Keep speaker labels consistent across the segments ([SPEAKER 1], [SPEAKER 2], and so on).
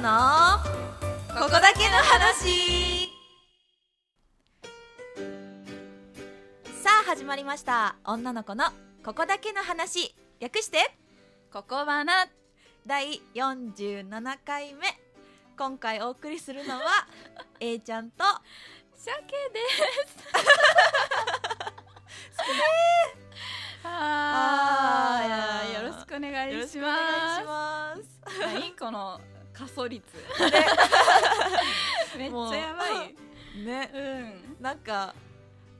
[SPEAKER 1] のここだけの話さあ始まりました女の子のここだけの話略して
[SPEAKER 2] ここはな
[SPEAKER 1] 第47回目今回お送りするのは A ちゃんと
[SPEAKER 2] 鮭です。 好き
[SPEAKER 1] あー
[SPEAKER 2] あーいやよろしくお願いし
[SPEAKER 1] お
[SPEAKER 2] ま
[SPEAKER 1] 願いします
[SPEAKER 2] す。何この過 疎率。めっ
[SPEAKER 1] もう
[SPEAKER 2] ちゃやばい。
[SPEAKER 1] ね
[SPEAKER 2] うん。
[SPEAKER 1] なんか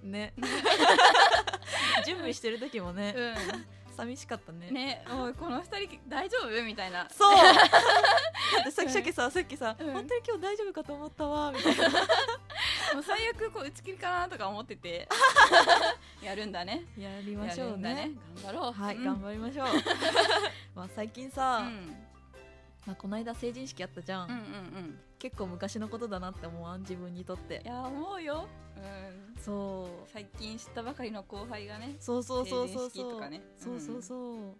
[SPEAKER 1] ね 準備してる時もね、寂しかったね
[SPEAKER 2] ね、おいこの二人大丈夫みたいな。
[SPEAKER 1] そうだってさっきさっきささっきさ、
[SPEAKER 2] うん
[SPEAKER 1] 本当に今日大丈夫かと思ったわみたいな
[SPEAKER 2] もう最悪こう打ち切りかなとか思ってて。 やるんだね。
[SPEAKER 1] やりましょうね
[SPEAKER 2] やるんだね。頑張ろう。
[SPEAKER 1] はい、
[SPEAKER 2] うん
[SPEAKER 1] 頑張りま しょうまあ最近
[SPEAKER 2] う
[SPEAKER 1] さ、
[SPEAKER 2] ん
[SPEAKER 1] まあ、この間成人式やったじゃん、
[SPEAKER 2] うんうん
[SPEAKER 1] 結構昔のことだなって思わん自分にとっ
[SPEAKER 2] うん。
[SPEAKER 1] て
[SPEAKER 2] いや思うよ。うん。
[SPEAKER 1] そう
[SPEAKER 2] 最近知ったばかりの後輩がね。
[SPEAKER 1] そうそうそうそうそ
[SPEAKER 2] 成人式
[SPEAKER 1] う、
[SPEAKER 2] とかね
[SPEAKER 1] そうそうそう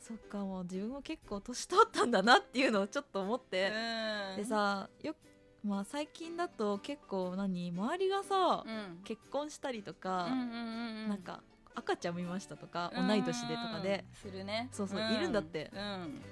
[SPEAKER 1] そっかもう自分も結構年取ったんだなっていうのをちょっと思って、
[SPEAKER 2] うん。
[SPEAKER 1] で。さよまあ最近だと結構何周りがさ、
[SPEAKER 2] うん。
[SPEAKER 1] 結婚したりとか、
[SPEAKER 2] うんうんうんうん
[SPEAKER 1] なんか赤ちゃん見ましたとか同い年でとかで
[SPEAKER 2] うんするね
[SPEAKER 1] そうそういるんだって
[SPEAKER 2] うん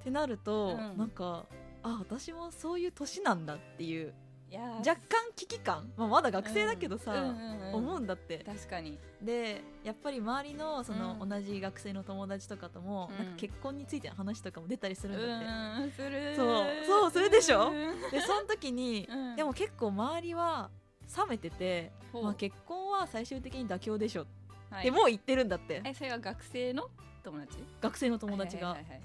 [SPEAKER 1] ってなると、
[SPEAKER 2] うん
[SPEAKER 1] なんかあ私もそういう年なんだっていう
[SPEAKER 2] いや
[SPEAKER 1] 若干危機感、まあ、まだ学生だけどさ、思うんんだって
[SPEAKER 2] 確かに
[SPEAKER 1] でやっぱり周りのその、
[SPEAKER 2] うん
[SPEAKER 1] 同じ学生の友達とかとも、
[SPEAKER 2] うん
[SPEAKER 1] なんか結婚についての話とかも出たりす
[SPEAKER 2] う
[SPEAKER 1] るんだって、
[SPEAKER 2] んうんする
[SPEAKER 1] そうそうするでしょ
[SPEAKER 2] うん
[SPEAKER 1] でその時に、
[SPEAKER 2] うん
[SPEAKER 1] でも結構周りは冷めてて、
[SPEAKER 2] ほう
[SPEAKER 1] まあ、結婚は最終的に妥協でしょっ
[SPEAKER 2] はい
[SPEAKER 1] てもう言ってるんだって、
[SPEAKER 2] えそれは学生の友達
[SPEAKER 1] 学生の友達が、
[SPEAKER 2] はいはいはいはい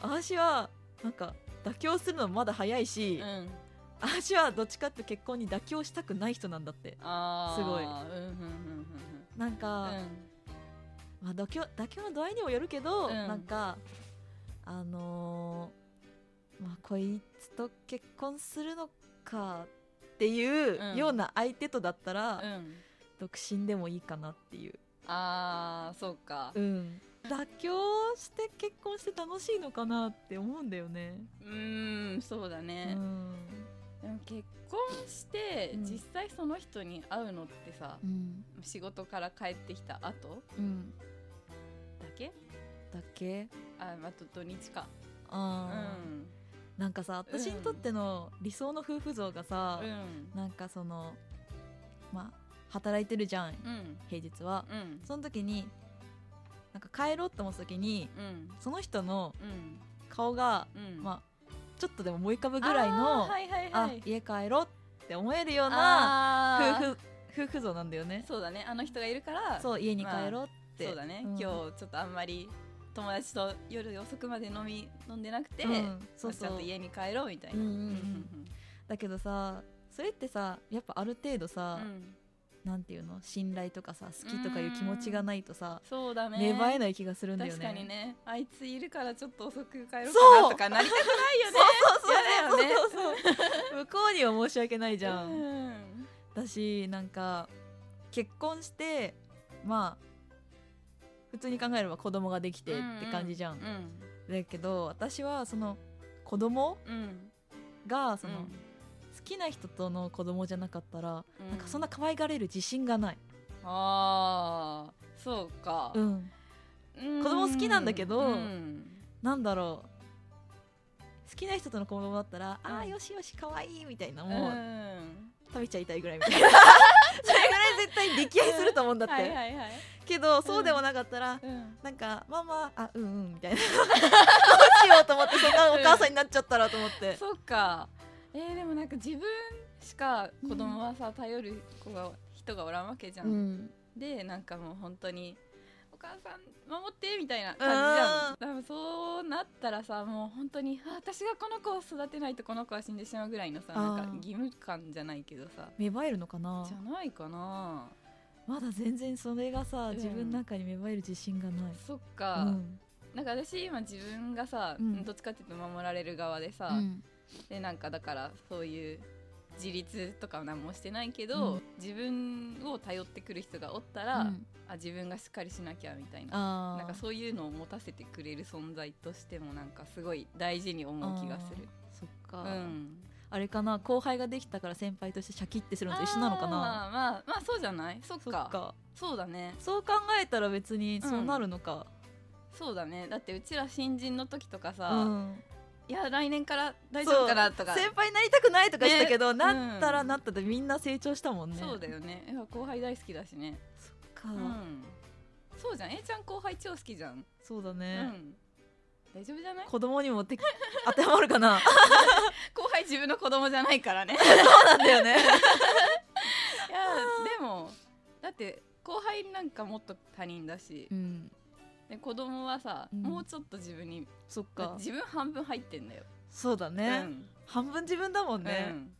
[SPEAKER 1] 私はなんか妥協するのまだ早いし、
[SPEAKER 2] うんうん
[SPEAKER 1] 私はどっちかって結婚に妥協したくない人なんだって
[SPEAKER 2] あー
[SPEAKER 1] すごい
[SPEAKER 2] うんうん
[SPEAKER 1] なん
[SPEAKER 2] うん
[SPEAKER 1] か、
[SPEAKER 2] うん
[SPEAKER 1] まあ、妥協妥協の度合いにもよるけど、
[SPEAKER 2] うん
[SPEAKER 1] なんかあのーまあ、こいつと結婚するのかっていううんような相手とだったら、
[SPEAKER 2] うんうん
[SPEAKER 1] 独身でもいいかなっていう、
[SPEAKER 2] あーそうか
[SPEAKER 1] うん、妥協して結婚して楽しいのかなって思うんだよね。
[SPEAKER 2] うんそうだ
[SPEAKER 1] う
[SPEAKER 2] ね
[SPEAKER 1] ん
[SPEAKER 2] でも結婚して
[SPEAKER 1] うん
[SPEAKER 2] 実際その人に会うのってさ
[SPEAKER 1] うん
[SPEAKER 2] 仕事から帰ってきた後
[SPEAKER 1] うん、
[SPEAKER 2] だけ
[SPEAKER 1] だっけ
[SPEAKER 2] あまあと土日かう
[SPEAKER 1] あー
[SPEAKER 2] ん
[SPEAKER 1] なんかさ
[SPEAKER 2] うん
[SPEAKER 1] 私にとっての理想の夫婦像がさ、
[SPEAKER 2] うん
[SPEAKER 1] なんかそのまあ働いてるじゃん
[SPEAKER 2] うん
[SPEAKER 1] 平日は、
[SPEAKER 2] うん
[SPEAKER 1] その時になんか帰ろうって思った時に
[SPEAKER 2] うん
[SPEAKER 1] その人の
[SPEAKER 2] うん
[SPEAKER 1] 顔が、
[SPEAKER 2] うん
[SPEAKER 1] まあちょっとでも思い浮かぶぐらいの
[SPEAKER 2] あーはいはい
[SPEAKER 1] あ
[SPEAKER 2] はい
[SPEAKER 1] 家帰ろうって思えるような夫
[SPEAKER 2] あー
[SPEAKER 1] 婦夫婦像なんだよね
[SPEAKER 2] そうだねあの人がいるから
[SPEAKER 1] そう家に帰ろうって、
[SPEAKER 2] そうだね
[SPEAKER 1] ん
[SPEAKER 2] 今日ちょっとあんまり友達と夜遅くまで飲み飲んでなくて
[SPEAKER 1] うんそう
[SPEAKER 2] ち
[SPEAKER 1] そ
[SPEAKER 2] ゃん
[SPEAKER 1] う
[SPEAKER 2] と家に帰ろうみたいな
[SPEAKER 1] うんうんうん
[SPEAKER 2] うん
[SPEAKER 1] だけどさそれってさやっぱある程度
[SPEAKER 2] う
[SPEAKER 1] さ
[SPEAKER 2] ん、うん
[SPEAKER 1] なんていうの信頼とかさ好きとかいう気持ちがないとさ、
[SPEAKER 2] そうだね
[SPEAKER 1] 芽生えない気がするんだよね
[SPEAKER 2] 確かにねあいついるからちょっと遅く帰ろうか
[SPEAKER 1] そう
[SPEAKER 2] なとかなりた
[SPEAKER 1] そうそ
[SPEAKER 2] くないよね
[SPEAKER 1] う
[SPEAKER 2] 嫌だよね
[SPEAKER 1] そうそうそう向こうには申し訳ないじゃ
[SPEAKER 2] うんん
[SPEAKER 1] だしなんか結婚してまあ普通に考えれば子供ができてって感じじゃん、だけど私はその子供
[SPEAKER 2] うんうん
[SPEAKER 1] がその、
[SPEAKER 2] う
[SPEAKER 1] 好き
[SPEAKER 2] ん
[SPEAKER 1] な人との子供じゃなかったら、
[SPEAKER 2] う
[SPEAKER 1] なんかそんな可愛がれる自信がない、
[SPEAKER 2] あーそうか、
[SPEAKER 1] うん、
[SPEAKER 2] うん
[SPEAKER 1] 子供好きなんだけど
[SPEAKER 2] うん
[SPEAKER 1] なんだろう好きな人との子供だったら、
[SPEAKER 2] うん
[SPEAKER 1] ああよしよし可愛いみたいな
[SPEAKER 2] う
[SPEAKER 1] もう、
[SPEAKER 2] ん
[SPEAKER 1] 食べちゃいたいぐらいみたい なそれぐらい絶対に溺愛すると思うんだって、
[SPEAKER 2] はいはいはい、
[SPEAKER 1] けどそうでもなかったら、
[SPEAKER 2] うん、
[SPEAKER 1] なんかママあうんうんみたい などうしようと思ってそんなお母さんになっちゃったらと思って、
[SPEAKER 2] そうかえー、でもなんか自分しか子供はさ頼る子が人がおらんわけじゃん、
[SPEAKER 1] ん、
[SPEAKER 2] でなんかもう本当にお母さん守ってみたいな感じじゃん多分そうなったらさもう本当にあ私がこの子を育てないとこの子は死んでしまうぐらいのさ
[SPEAKER 1] あー
[SPEAKER 2] なんか義務感じゃないけどさ
[SPEAKER 1] 芽生えるのかな
[SPEAKER 2] じゃないかな
[SPEAKER 1] まだ全然それがさ、
[SPEAKER 2] うん
[SPEAKER 1] 自分の中に芽生える自信がない、
[SPEAKER 2] そっ
[SPEAKER 1] う
[SPEAKER 2] か、
[SPEAKER 1] ん
[SPEAKER 2] なんか私今自分がさ、
[SPEAKER 1] うん
[SPEAKER 2] どっちかっていうと守られる側でさ、
[SPEAKER 1] うん
[SPEAKER 2] でなんかだからそういう自立とかは何もしてないけど、
[SPEAKER 1] うん
[SPEAKER 2] 自分を頼ってくる人がおったら、
[SPEAKER 1] うん
[SPEAKER 2] あ自分がしっかりしなきゃみたいな
[SPEAKER 1] あー
[SPEAKER 2] なんかそういうのを持たせてくれる存在としてもなんかすごい大事に思う気がする
[SPEAKER 1] そっか、
[SPEAKER 2] うん、
[SPEAKER 1] あれかな後輩ができたから先輩としてシャキッてするのと一緒なのかな
[SPEAKER 2] あーまあまあそうじゃないそっ
[SPEAKER 1] そ
[SPEAKER 2] かそ
[SPEAKER 1] っか
[SPEAKER 2] うだね
[SPEAKER 1] そう考えたら別にそうなるのか、
[SPEAKER 2] そうだねだってうちら新人の時とか
[SPEAKER 1] う
[SPEAKER 2] さ、
[SPEAKER 1] ん
[SPEAKER 2] いや来年から大丈夫かなとか
[SPEAKER 1] 先輩になりたくないとかしたけど、
[SPEAKER 2] ね
[SPEAKER 1] なったら
[SPEAKER 2] うん
[SPEAKER 1] なったでみんな成長したもんね
[SPEAKER 2] そうだよねいや後輩大好きだしね
[SPEAKER 1] そっか、
[SPEAKER 2] うんそうじゃん A ちゃん後輩超好きじゃん、
[SPEAKER 1] そうだ
[SPEAKER 2] う
[SPEAKER 1] ね、
[SPEAKER 2] ん大丈夫じゃない
[SPEAKER 1] 子供にもて当てはまるか な
[SPEAKER 2] 後輩自分の子供じゃな いからねい
[SPEAKER 1] なんだよね
[SPEAKER 2] やでもだって後輩なんかもっと他人だし、
[SPEAKER 1] うん
[SPEAKER 2] で子供はさ、
[SPEAKER 1] うん
[SPEAKER 2] もうちょっと自分に
[SPEAKER 1] そっ
[SPEAKER 2] だって
[SPEAKER 1] か
[SPEAKER 2] 自分半分入ってんだよ
[SPEAKER 1] そうだね、半分自分だもん
[SPEAKER 2] うん、
[SPEAKER 1] ね、
[SPEAKER 2] うん、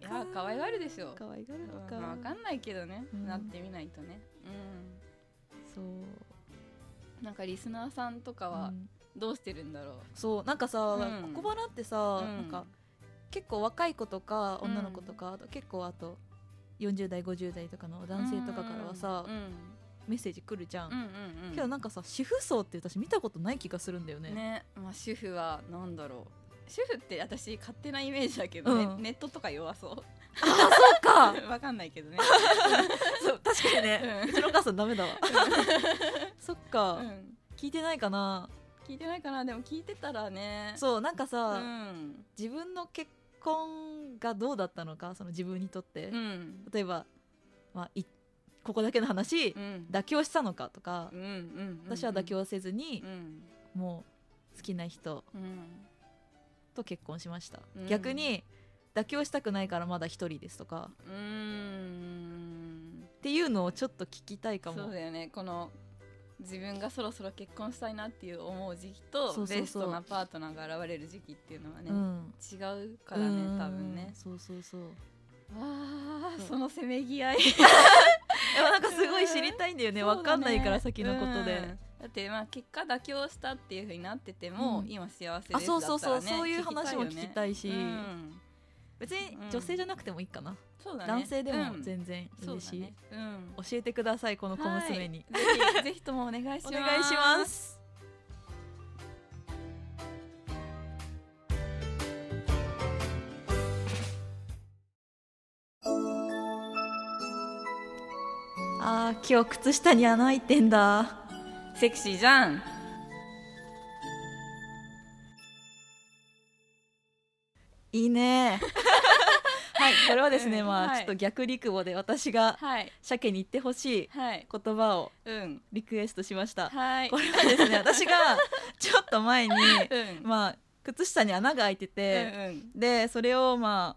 [SPEAKER 2] いや可愛がるでしょ
[SPEAKER 1] 可愛がるのか、
[SPEAKER 2] うんまあ、分かんないけどね、
[SPEAKER 1] うん
[SPEAKER 2] なってみないとねう
[SPEAKER 1] そうん
[SPEAKER 2] なんかリスナーさんとか
[SPEAKER 1] う
[SPEAKER 2] は
[SPEAKER 1] ん
[SPEAKER 2] どうしてるんだろ
[SPEAKER 1] そうなんかさ、
[SPEAKER 2] うん
[SPEAKER 1] ココバナってさ、
[SPEAKER 2] う、う
[SPEAKER 1] なんか結構若い子とか女の子とか、あと結構あと40代50代とかの男性とかからはさ、
[SPEAKER 2] うん
[SPEAKER 1] メッセージ来るじゃん、
[SPEAKER 2] うんうんうん
[SPEAKER 1] けどなんかさ主婦層って私見たことない気がするんだよね
[SPEAKER 2] ね、まあ、主婦はなんだろう主婦って私勝手なイメージだけどね、
[SPEAKER 1] うん
[SPEAKER 2] ネットとか弱そう
[SPEAKER 1] そうか
[SPEAKER 2] わかんないけどね、
[SPEAKER 1] そう確かにねう
[SPEAKER 2] う
[SPEAKER 1] ちのお母さんダメだわ そっか、
[SPEAKER 2] んうん、
[SPEAKER 1] 聞いてないかな
[SPEAKER 2] 聞いてないかなでも聞いてたらね
[SPEAKER 1] そうなんか
[SPEAKER 2] う
[SPEAKER 1] さ、
[SPEAKER 2] ん
[SPEAKER 1] 自分の結婚がどうだったのかその自分にとって、
[SPEAKER 2] うん
[SPEAKER 1] 例えば、まあ、いここだけの話、
[SPEAKER 2] うん
[SPEAKER 1] 妥協したのかとか
[SPEAKER 2] う、んうん
[SPEAKER 1] 私は妥協せず
[SPEAKER 2] う
[SPEAKER 1] に、
[SPEAKER 2] ん
[SPEAKER 1] もう好きな人
[SPEAKER 2] うん
[SPEAKER 1] と結婚しました、
[SPEAKER 2] うん
[SPEAKER 1] 逆に妥協したくないからまだ一人ですとか
[SPEAKER 2] うーん
[SPEAKER 1] っていうのをちょっと聞きたいかも
[SPEAKER 2] そうだよねこの自分がそろそろ結婚したいなっていう思う時期と
[SPEAKER 1] そうそうそう
[SPEAKER 2] ベストなパートナーが現れる時期っていうのはね、
[SPEAKER 1] うん
[SPEAKER 2] 違うからね多分
[SPEAKER 1] う
[SPEAKER 2] ね
[SPEAKER 1] んそうそうそう
[SPEAKER 2] わあ
[SPEAKER 1] そう
[SPEAKER 2] そのせめぎ合い
[SPEAKER 1] でもなんかすごい知りたいんだよね
[SPEAKER 2] そうだ
[SPEAKER 1] わかんないから先のことで、
[SPEAKER 2] うんだってまあ結果妥協したっていうふうになってても、
[SPEAKER 1] うん
[SPEAKER 2] 今幸せ
[SPEAKER 1] あ
[SPEAKER 2] です
[SPEAKER 1] そうそうそう、
[SPEAKER 2] だったらね
[SPEAKER 1] そういう話も聞きたいし、
[SPEAKER 2] 聞きたいよねうん
[SPEAKER 1] 別に女性じゃなくてもいいかな、
[SPEAKER 2] そうだね
[SPEAKER 1] 男性でも
[SPEAKER 2] うん
[SPEAKER 1] 全然いいし、
[SPEAKER 2] そうだねうん
[SPEAKER 1] 教えてくださいこの小娘に、
[SPEAKER 2] はいぜひぜ ひともお願いします
[SPEAKER 1] お願いしますあー今日靴下に穴開いてんだ
[SPEAKER 2] セクシーじゃん
[SPEAKER 1] いい ねはいこれはですね、
[SPEAKER 2] うん
[SPEAKER 1] まあ、
[SPEAKER 2] はい
[SPEAKER 1] ちょっと逆陸語で私が
[SPEAKER 2] はい
[SPEAKER 1] 鮭に言ってほしい
[SPEAKER 2] はい
[SPEAKER 1] 言葉を
[SPEAKER 2] うん
[SPEAKER 1] リクエストしました
[SPEAKER 2] はい
[SPEAKER 1] これはですね私がちょっと前に
[SPEAKER 2] うん
[SPEAKER 1] まあ靴下に穴が開いてて、
[SPEAKER 2] うん
[SPEAKER 1] でそれをまあ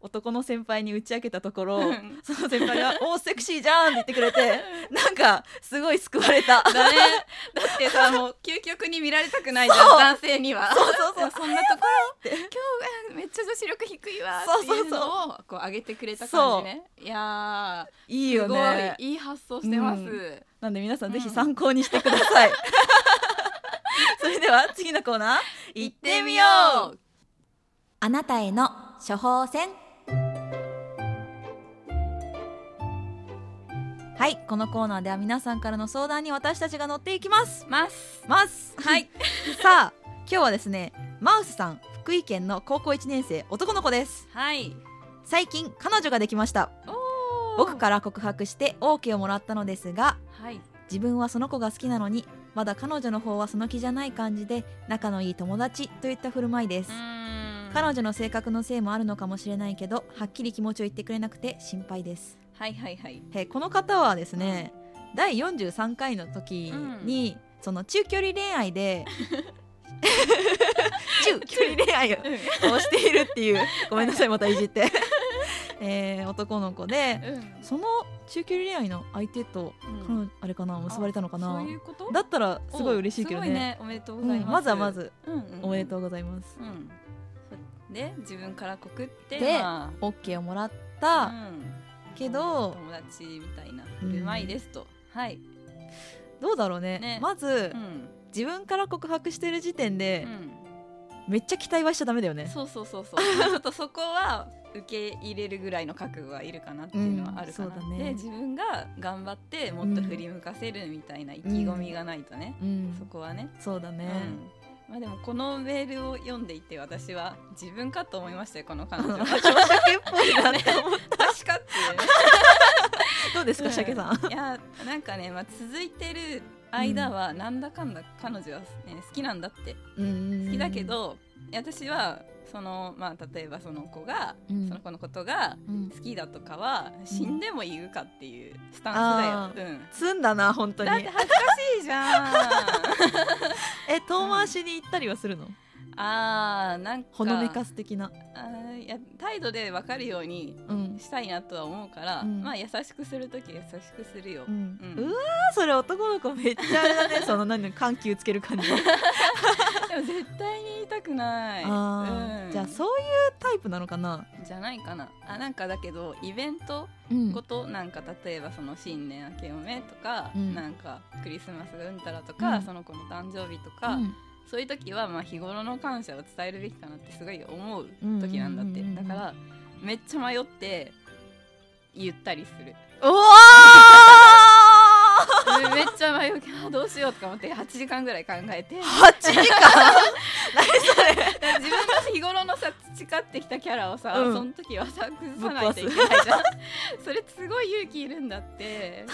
[SPEAKER 1] 男の先輩に打ち明けたところ、
[SPEAKER 2] うん
[SPEAKER 1] その先輩が「おーセクシーじゃん!」って言ってくれてなんかすごい救われた
[SPEAKER 2] だね だってさもう究極に見られたくないじゃん
[SPEAKER 1] そう
[SPEAKER 2] 男性には
[SPEAKER 1] そうそうそう
[SPEAKER 2] そんなとこ
[SPEAKER 1] って
[SPEAKER 2] ろ今日はめっちゃ女子力低いわっていうのをこう上げてくれた感じねいや
[SPEAKER 1] い
[SPEAKER 2] ー
[SPEAKER 1] いよね
[SPEAKER 2] すごいいい発想してます、
[SPEAKER 1] うんなんで皆さんぜひ
[SPEAKER 2] うん
[SPEAKER 1] 参考にしてください、 それでは次のコーナー行ってみよう
[SPEAKER 2] う
[SPEAKER 1] あなたへの処方箋はいこのコーナーでは皆さんからの相談に私たちが乗っていきます
[SPEAKER 2] ます
[SPEAKER 1] ます
[SPEAKER 2] はい
[SPEAKER 1] さあ今日はですねマウスさん福井県の高校1年生男の子です
[SPEAKER 2] はい
[SPEAKER 1] 最近彼女ができました
[SPEAKER 2] おー
[SPEAKER 1] 僕から告白して OK をもらったのですが
[SPEAKER 2] はい
[SPEAKER 1] 自分はその子が好きなのにまだ彼女の方はその気じゃない感じで仲のいい友達といった振る舞いです彼
[SPEAKER 2] 彼
[SPEAKER 1] 女の性格のせいもあるのかもしれないけどはっきり気持ちを言ってくれなくて心配です
[SPEAKER 2] はいはいはい
[SPEAKER 1] えこの方はですね、第43回の時に、その中距離恋愛 で中距離恋愛ををしているっていうごめんなさいまたいじ って、えー男の子で
[SPEAKER 2] うん
[SPEAKER 1] その中距離恋愛の相手と、彼
[SPEAKER 2] うん
[SPEAKER 1] 女あれかな結ばれたのか
[SPEAKER 2] そ
[SPEAKER 1] な
[SPEAKER 2] ういうこと
[SPEAKER 1] だったらすごい嬉しいけど
[SPEAKER 2] お
[SPEAKER 1] ね
[SPEAKER 2] すごいねおめでとうございます、
[SPEAKER 1] うんまずはまず
[SPEAKER 2] うんうんうん
[SPEAKER 1] おめでとうございます、
[SPEAKER 2] うんで自分から告って
[SPEAKER 1] で
[SPEAKER 2] ま
[SPEAKER 1] OK をもらっ
[SPEAKER 2] あ
[SPEAKER 1] た
[SPEAKER 2] うん
[SPEAKER 1] けど、
[SPEAKER 2] 友達みたいな振る舞いですと、はい、
[SPEAKER 1] どうだろうね
[SPEAKER 2] ね
[SPEAKER 1] まず、
[SPEAKER 2] うん
[SPEAKER 1] 自分から告白してる時点で
[SPEAKER 2] う、ん、
[SPEAKER 1] めっちゃ期待はしちゃダメだよね
[SPEAKER 2] そうそうそうそう ちょっとそこは受け入れるぐらいの覚悟がいるかなっていうのはあるか
[SPEAKER 1] う
[SPEAKER 2] な、
[SPEAKER 1] んそうだね
[SPEAKER 2] で自分が頑張ってもっと振り向かせるみたいな意気込みがないとね、
[SPEAKER 1] うん
[SPEAKER 2] そこはね、
[SPEAKER 1] そうだね、
[SPEAKER 2] うんまあでもこのメールを読んでいて私は自分かと思いましたよこの彼女
[SPEAKER 1] あシャケっぽいな って思っ
[SPEAKER 2] 確かっていう
[SPEAKER 1] たどうですか、シャケさん
[SPEAKER 2] いやなんかね、まあ、続いてる間はなんだかんだ彼女は、ね、好きなんだって好
[SPEAKER 1] 好
[SPEAKER 2] きだけ、ど、私はその、まあ、例えばその子が、
[SPEAKER 1] うん
[SPEAKER 2] その子のことが
[SPEAKER 1] うん
[SPEAKER 2] 好きだとかは死んでも言うかっていうスタンスだよ、うん
[SPEAKER 1] 積んだな本当に
[SPEAKER 2] だって恥ずかしいじゃん
[SPEAKER 1] え遠回しに行ったりはするの、
[SPEAKER 2] あーなんか
[SPEAKER 1] ほのめかす的な
[SPEAKER 2] あーいや態度で分かるように
[SPEAKER 1] うん、
[SPEAKER 2] したいなとは思うから、
[SPEAKER 1] うん
[SPEAKER 2] まあ優しくする時優しくするよ、
[SPEAKER 1] うん
[SPEAKER 2] う
[SPEAKER 1] うんわーそれ男の子めっちゃあれだ ねその何の緩急つける感じ
[SPEAKER 2] でも絶対に言いたくない
[SPEAKER 1] あ、
[SPEAKER 2] う
[SPEAKER 1] ー
[SPEAKER 2] ん、
[SPEAKER 1] じゃあそういうタイプなのかな、
[SPEAKER 2] じゃないかなあなんかだけどイベント
[SPEAKER 1] うん
[SPEAKER 2] こと、なんか例えばその新年明けおめとか、
[SPEAKER 1] うん
[SPEAKER 2] なんかクリスマスがうんたらとか、
[SPEAKER 1] うん
[SPEAKER 2] その子の誕生日とか、
[SPEAKER 1] うん
[SPEAKER 2] そういう時はまあ日頃の感謝を伝えるべきかなってすごい思う時なんだって、
[SPEAKER 1] うんうんうんうん
[SPEAKER 2] だからめっちゃ迷って言ったりする
[SPEAKER 1] おお
[SPEAKER 2] めっちゃ迷うけどあどうしようとか思って8時間ぐらい考えて
[SPEAKER 1] 八時間
[SPEAKER 2] 自分の日頃のさ培ってきたキャラをさ、
[SPEAKER 1] うん
[SPEAKER 2] その時はさ崩さないといけないじゃん それすごい勇気いるんだって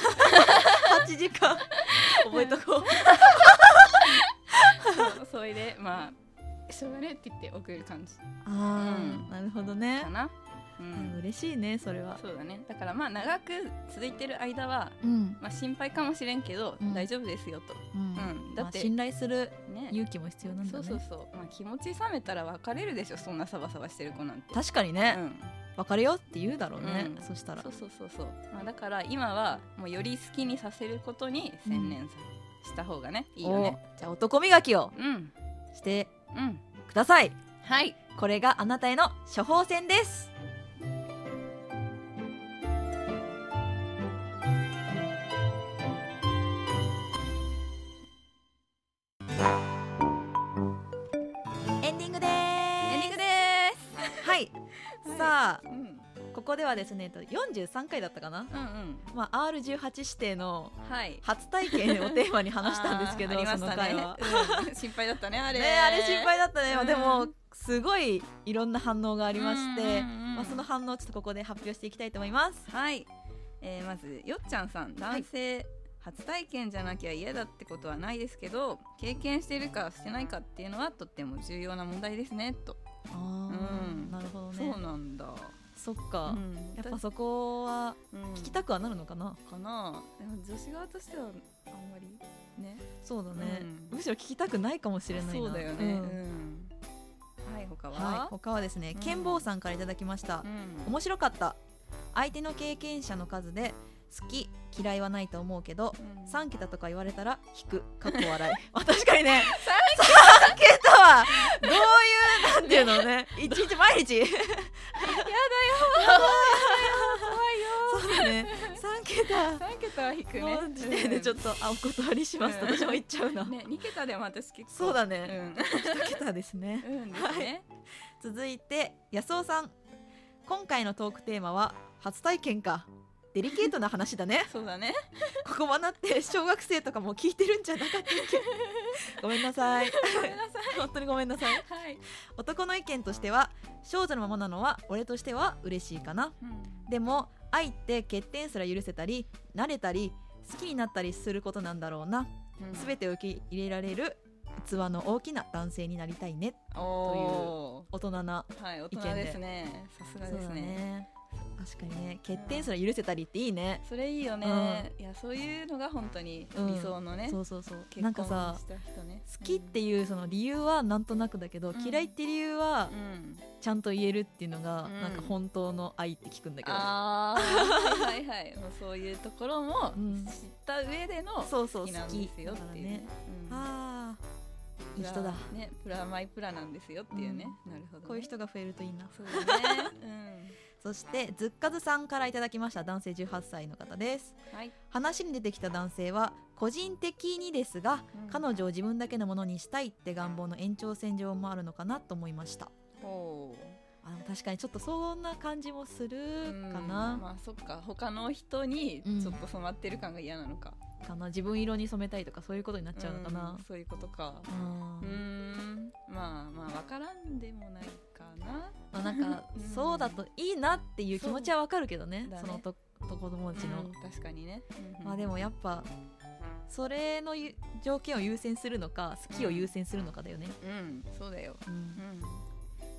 [SPEAKER 1] 八時間覚えとこう
[SPEAKER 2] そうそれでまあしょうがねえって言って送る感じ
[SPEAKER 1] あ
[SPEAKER 2] うん
[SPEAKER 1] ーなるほど
[SPEAKER 2] か
[SPEAKER 1] ね
[SPEAKER 2] な、う
[SPEAKER 1] うんん嬉しいねそれは
[SPEAKER 2] そうだねだからまあ長く続いてる間は、
[SPEAKER 1] うん、
[SPEAKER 2] まあ、心配かもしれんけど、
[SPEAKER 1] うん
[SPEAKER 2] 大丈夫ですよと、
[SPEAKER 1] うん
[SPEAKER 2] うん、だ
[SPEAKER 1] ま
[SPEAKER 2] っ
[SPEAKER 1] あ、
[SPEAKER 2] て、
[SPEAKER 1] 信頼する
[SPEAKER 2] ね
[SPEAKER 1] 勇気も必要なんだ
[SPEAKER 2] そう
[SPEAKER 1] ね
[SPEAKER 2] そうそう、まあ、気持ち冷めたら別れるでしょそんなサバサバしてる子なんて
[SPEAKER 1] 確かにね、
[SPEAKER 2] うん、
[SPEAKER 1] 別れようって言うだろうね、
[SPEAKER 2] うん
[SPEAKER 1] そしたら
[SPEAKER 2] そうそうそうそう、まあ、だから今はもうより好きにさせることに専念さした方がねいいよね
[SPEAKER 1] おじゃあ男磨きを
[SPEAKER 2] うん
[SPEAKER 1] して
[SPEAKER 2] うん
[SPEAKER 1] ください
[SPEAKER 2] はい
[SPEAKER 1] これがあなたへの処方箋ですエンディングで
[SPEAKER 2] エンデ
[SPEAKER 1] ー
[SPEAKER 2] ィング
[SPEAKER 1] す
[SPEAKER 2] で
[SPEAKER 1] はい、
[SPEAKER 2] はい
[SPEAKER 1] さ
[SPEAKER 2] ーす、うん、
[SPEAKER 1] あここではですねえっと43回だったかな、
[SPEAKER 2] うんうん
[SPEAKER 1] まあ、R18 指定の
[SPEAKER 2] はい
[SPEAKER 1] 初体験をテーマに話したんですけど、
[SPEAKER 2] あーあり
[SPEAKER 1] そ
[SPEAKER 2] ま
[SPEAKER 1] の
[SPEAKER 2] したね
[SPEAKER 1] 回は。
[SPEAKER 2] うん 心配だったねあれ
[SPEAKER 1] ね、あれ心配だったね、
[SPEAKER 2] うん
[SPEAKER 1] でもすごいいろんな反応がありまして、
[SPEAKER 2] うんうんうん
[SPEAKER 1] まあ、その反応をちょっとここで発表していきたいと思います
[SPEAKER 2] はい、えーまずよっちゃんさん男性、初体験じゃなきゃ嫌だってことはないですけど経験してるかしてないかっていうのはとっても重要な問題ですねと、
[SPEAKER 1] あー、
[SPEAKER 2] うん
[SPEAKER 1] なるほど
[SPEAKER 2] そ
[SPEAKER 1] ね
[SPEAKER 2] うなんだ、
[SPEAKER 1] そっか、
[SPEAKER 2] うん
[SPEAKER 1] やっぱそこは
[SPEAKER 2] うん
[SPEAKER 1] 聞きたくはなるのかな、
[SPEAKER 2] かなでも女子側としてはあんまりね
[SPEAKER 1] そうだね、
[SPEAKER 2] うん
[SPEAKER 1] むしろ聞きたくないかもしれないな
[SPEAKER 2] そうだよね、
[SPEAKER 1] う
[SPEAKER 2] うんんはい他は、
[SPEAKER 1] はい、他はですね
[SPEAKER 2] うん
[SPEAKER 1] 健坊さんからいただきました
[SPEAKER 2] う、ん
[SPEAKER 1] 面白かった相手の経験者の数で好き嫌いはないと思うけど
[SPEAKER 2] うん
[SPEAKER 1] 3桁とか言われたら引くかっこ笑い あ確かにね3桁はどういうなんていうの ね一日毎日やだよそうだね3桁
[SPEAKER 2] 3桁は引くね
[SPEAKER 1] の時点でちょっとあお断りします
[SPEAKER 2] うん
[SPEAKER 1] 私も言っちゃうな、
[SPEAKER 2] うんね2桁でも私結構
[SPEAKER 1] そうだ
[SPEAKER 2] う
[SPEAKER 1] ね
[SPEAKER 2] ん
[SPEAKER 1] 1桁ですね
[SPEAKER 2] うんですね
[SPEAKER 1] 続いて安尾さん今回のトークテーマは初体験かデリケートな話だね
[SPEAKER 2] そうだね
[SPEAKER 1] ここまなって小学生とかも聞いてるんじゃなかったっ けごめんなさい
[SPEAKER 2] ごめんなさい
[SPEAKER 1] 本当にごめんなさい
[SPEAKER 2] はい、
[SPEAKER 1] 男の意見としては少女のままなのは俺としては嬉しいかな
[SPEAKER 2] うん
[SPEAKER 1] でも愛って欠点すら許せたり慣れたり好きになったりすることなんだろうな全てを受け入れられる器の大きな男性になりたいね
[SPEAKER 2] お
[SPEAKER 1] 大人な
[SPEAKER 2] ーはい大
[SPEAKER 1] 意見で
[SPEAKER 2] 人ですねさすがですね
[SPEAKER 1] 確かにね欠点すら許せたりっていいね、
[SPEAKER 2] それいいよね、いやそういうのが本当に理想のね、
[SPEAKER 1] そうそうそう
[SPEAKER 2] 結
[SPEAKER 1] なん
[SPEAKER 2] 婚
[SPEAKER 1] かさ
[SPEAKER 2] した人ね
[SPEAKER 1] 好きっていうその理由はなんとなくだけど、
[SPEAKER 2] ん
[SPEAKER 1] 嫌いって理由は
[SPEAKER 2] うん、うん
[SPEAKER 1] ちゃんと言えるっていうのが、
[SPEAKER 2] うん
[SPEAKER 1] なんか本当の愛って聞くんだけど
[SPEAKER 2] あーはいはいはいもうそういうところも
[SPEAKER 1] うん
[SPEAKER 2] 知った上での
[SPEAKER 1] そうそ
[SPEAKER 2] 好
[SPEAKER 1] う
[SPEAKER 2] きな
[SPEAKER 1] 好
[SPEAKER 2] ん
[SPEAKER 1] き
[SPEAKER 2] ですよ
[SPEAKER 1] だか
[SPEAKER 2] っ
[SPEAKER 1] ら
[SPEAKER 2] ていう
[SPEAKER 1] ね
[SPEAKER 2] ね、うん
[SPEAKER 1] ああいい人だ
[SPEAKER 2] プラねプラマイプラなんですよっていうね、なるほどね、
[SPEAKER 1] こういう人が増えるといいな
[SPEAKER 2] そうだね、
[SPEAKER 1] そしてずっかずさんからいただきました男性18歳の方です
[SPEAKER 2] うん、はい、
[SPEAKER 1] 話に出てきた男性は個人的にですが
[SPEAKER 2] う ん
[SPEAKER 1] 彼女を自分だけのものにしたいって願望の延長線上もあるのかなと思いました
[SPEAKER 2] ほう
[SPEAKER 1] あでも確かにちょっとそんな感じもする
[SPEAKER 2] うん
[SPEAKER 1] かな、
[SPEAKER 2] まあそっか他の人に
[SPEAKER 1] うん
[SPEAKER 2] ちょっと染まってる感が嫌なのか、
[SPEAKER 1] かな自分色に染めたいとかそういうことになっちゃうのかな、
[SPEAKER 2] そういうことか
[SPEAKER 1] うん
[SPEAKER 2] うーんまあまあ分からんでもないかな
[SPEAKER 1] まあ、なんか
[SPEAKER 2] うん
[SPEAKER 1] そうだといいなっていう気持ちはわかるけどね
[SPEAKER 2] そうだ
[SPEAKER 1] そ
[SPEAKER 2] ね
[SPEAKER 1] のとと子供たちの、
[SPEAKER 2] うん確かにね、
[SPEAKER 1] まあで
[SPEAKER 2] も
[SPEAKER 1] もやっぱそれのゆ条件を優先するのか好きを優先するのかだよね、
[SPEAKER 2] うんそうだよ
[SPEAKER 1] うん
[SPEAKER 2] うん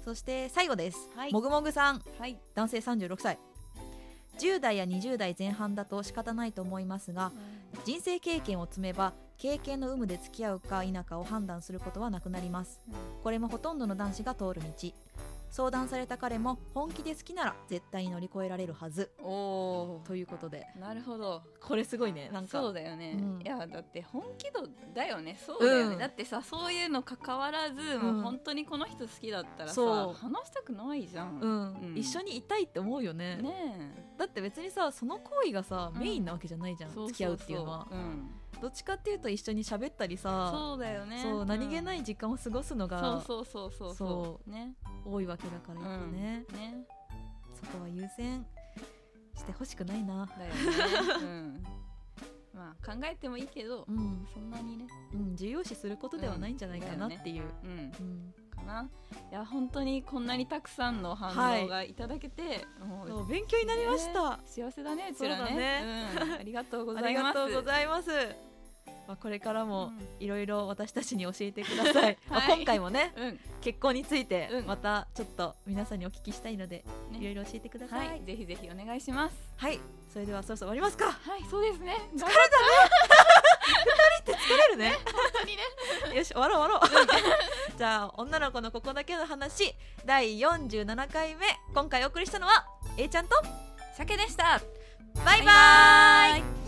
[SPEAKER 1] そして最後です、
[SPEAKER 2] はい
[SPEAKER 1] もぐもぐさん
[SPEAKER 2] はい
[SPEAKER 1] 男性36歳10代や20代前半だと仕方ないと思いますが人生経験を積めば経験の有無で付き合うか否かを判断することはなくなりますこれもほとんどの男子が通る道相談された彼も本気で好きなら絶対に乗り越えられるはず
[SPEAKER 2] おお
[SPEAKER 1] ということで
[SPEAKER 2] ーなるほど
[SPEAKER 1] これすごいねなんか
[SPEAKER 2] そうだよね、
[SPEAKER 1] うん
[SPEAKER 2] いやだって本気度だよねそうだよね、
[SPEAKER 1] うん
[SPEAKER 2] だってさそういうの関わらず、
[SPEAKER 1] う
[SPEAKER 2] も
[SPEAKER 1] ん
[SPEAKER 2] う本当にこの人好きだったらさ
[SPEAKER 1] そう
[SPEAKER 2] 話したくないじゃん、
[SPEAKER 1] うん
[SPEAKER 2] うん
[SPEAKER 1] 一緒にいたいって思うよね
[SPEAKER 2] ね
[SPEAKER 1] だって別にさその行為がさ
[SPEAKER 2] うん
[SPEAKER 1] メインなわけじゃないじ
[SPEAKER 2] え
[SPEAKER 1] ゃん、
[SPEAKER 2] そそそ
[SPEAKER 1] 付き合うっていうのは
[SPEAKER 2] ん
[SPEAKER 1] どっちかっていうと一緒に喋ったりさ
[SPEAKER 2] そうだよね
[SPEAKER 1] そう何気ないい時間を過ごすの
[SPEAKER 2] そう
[SPEAKER 1] が
[SPEAKER 2] そうそうそう
[SPEAKER 1] そ
[SPEAKER 2] ね
[SPEAKER 1] 多いわけだからやっぱね、
[SPEAKER 2] ね
[SPEAKER 1] そこは優先してほしくないな
[SPEAKER 2] だよね、うん、まあ考えてもいいけど
[SPEAKER 1] うん、
[SPEAKER 2] そんなにね
[SPEAKER 1] うん、重要視することではないんじゃないかなっていう、
[SPEAKER 2] うん
[SPEAKER 1] うん
[SPEAKER 2] かないや本当にこんなにたくさんの
[SPEAKER 1] は
[SPEAKER 2] 反
[SPEAKER 1] い
[SPEAKER 2] 応がいただけて、もう
[SPEAKER 1] そう勉強になりました、
[SPEAKER 2] 幸せだねうちら
[SPEAKER 1] そうだね
[SPEAKER 2] ねうんありがとうご
[SPEAKER 1] あ
[SPEAKER 2] ざ
[SPEAKER 1] り
[SPEAKER 2] い
[SPEAKER 1] が
[SPEAKER 2] ます
[SPEAKER 1] とうございますまあ、これからもいろいろ私たちに教えてくだ さい、まあ、
[SPEAKER 2] はい
[SPEAKER 1] 今回もね
[SPEAKER 2] うん、うん
[SPEAKER 1] 結婚について
[SPEAKER 2] うん
[SPEAKER 1] またちょっと皆さんにお聞きしたいので
[SPEAKER 2] ね
[SPEAKER 1] いろいろ教えてください、
[SPEAKER 2] はい、ぜひぜひお願いします。
[SPEAKER 1] はい、それではそろそろ終わりますか。
[SPEAKER 2] はい、そうですね。疲れ
[SPEAKER 1] 疲れるね。
[SPEAKER 2] たにね。
[SPEAKER 1] よし、終わろう終わろ う。じゃあ、女の子のここだけの話、第47回目、今回お送りしたのは、えいちゃんと、
[SPEAKER 2] 鮭でした。
[SPEAKER 1] バイバ
[SPEAKER 2] バ
[SPEAKER 1] ーイ
[SPEAKER 2] イ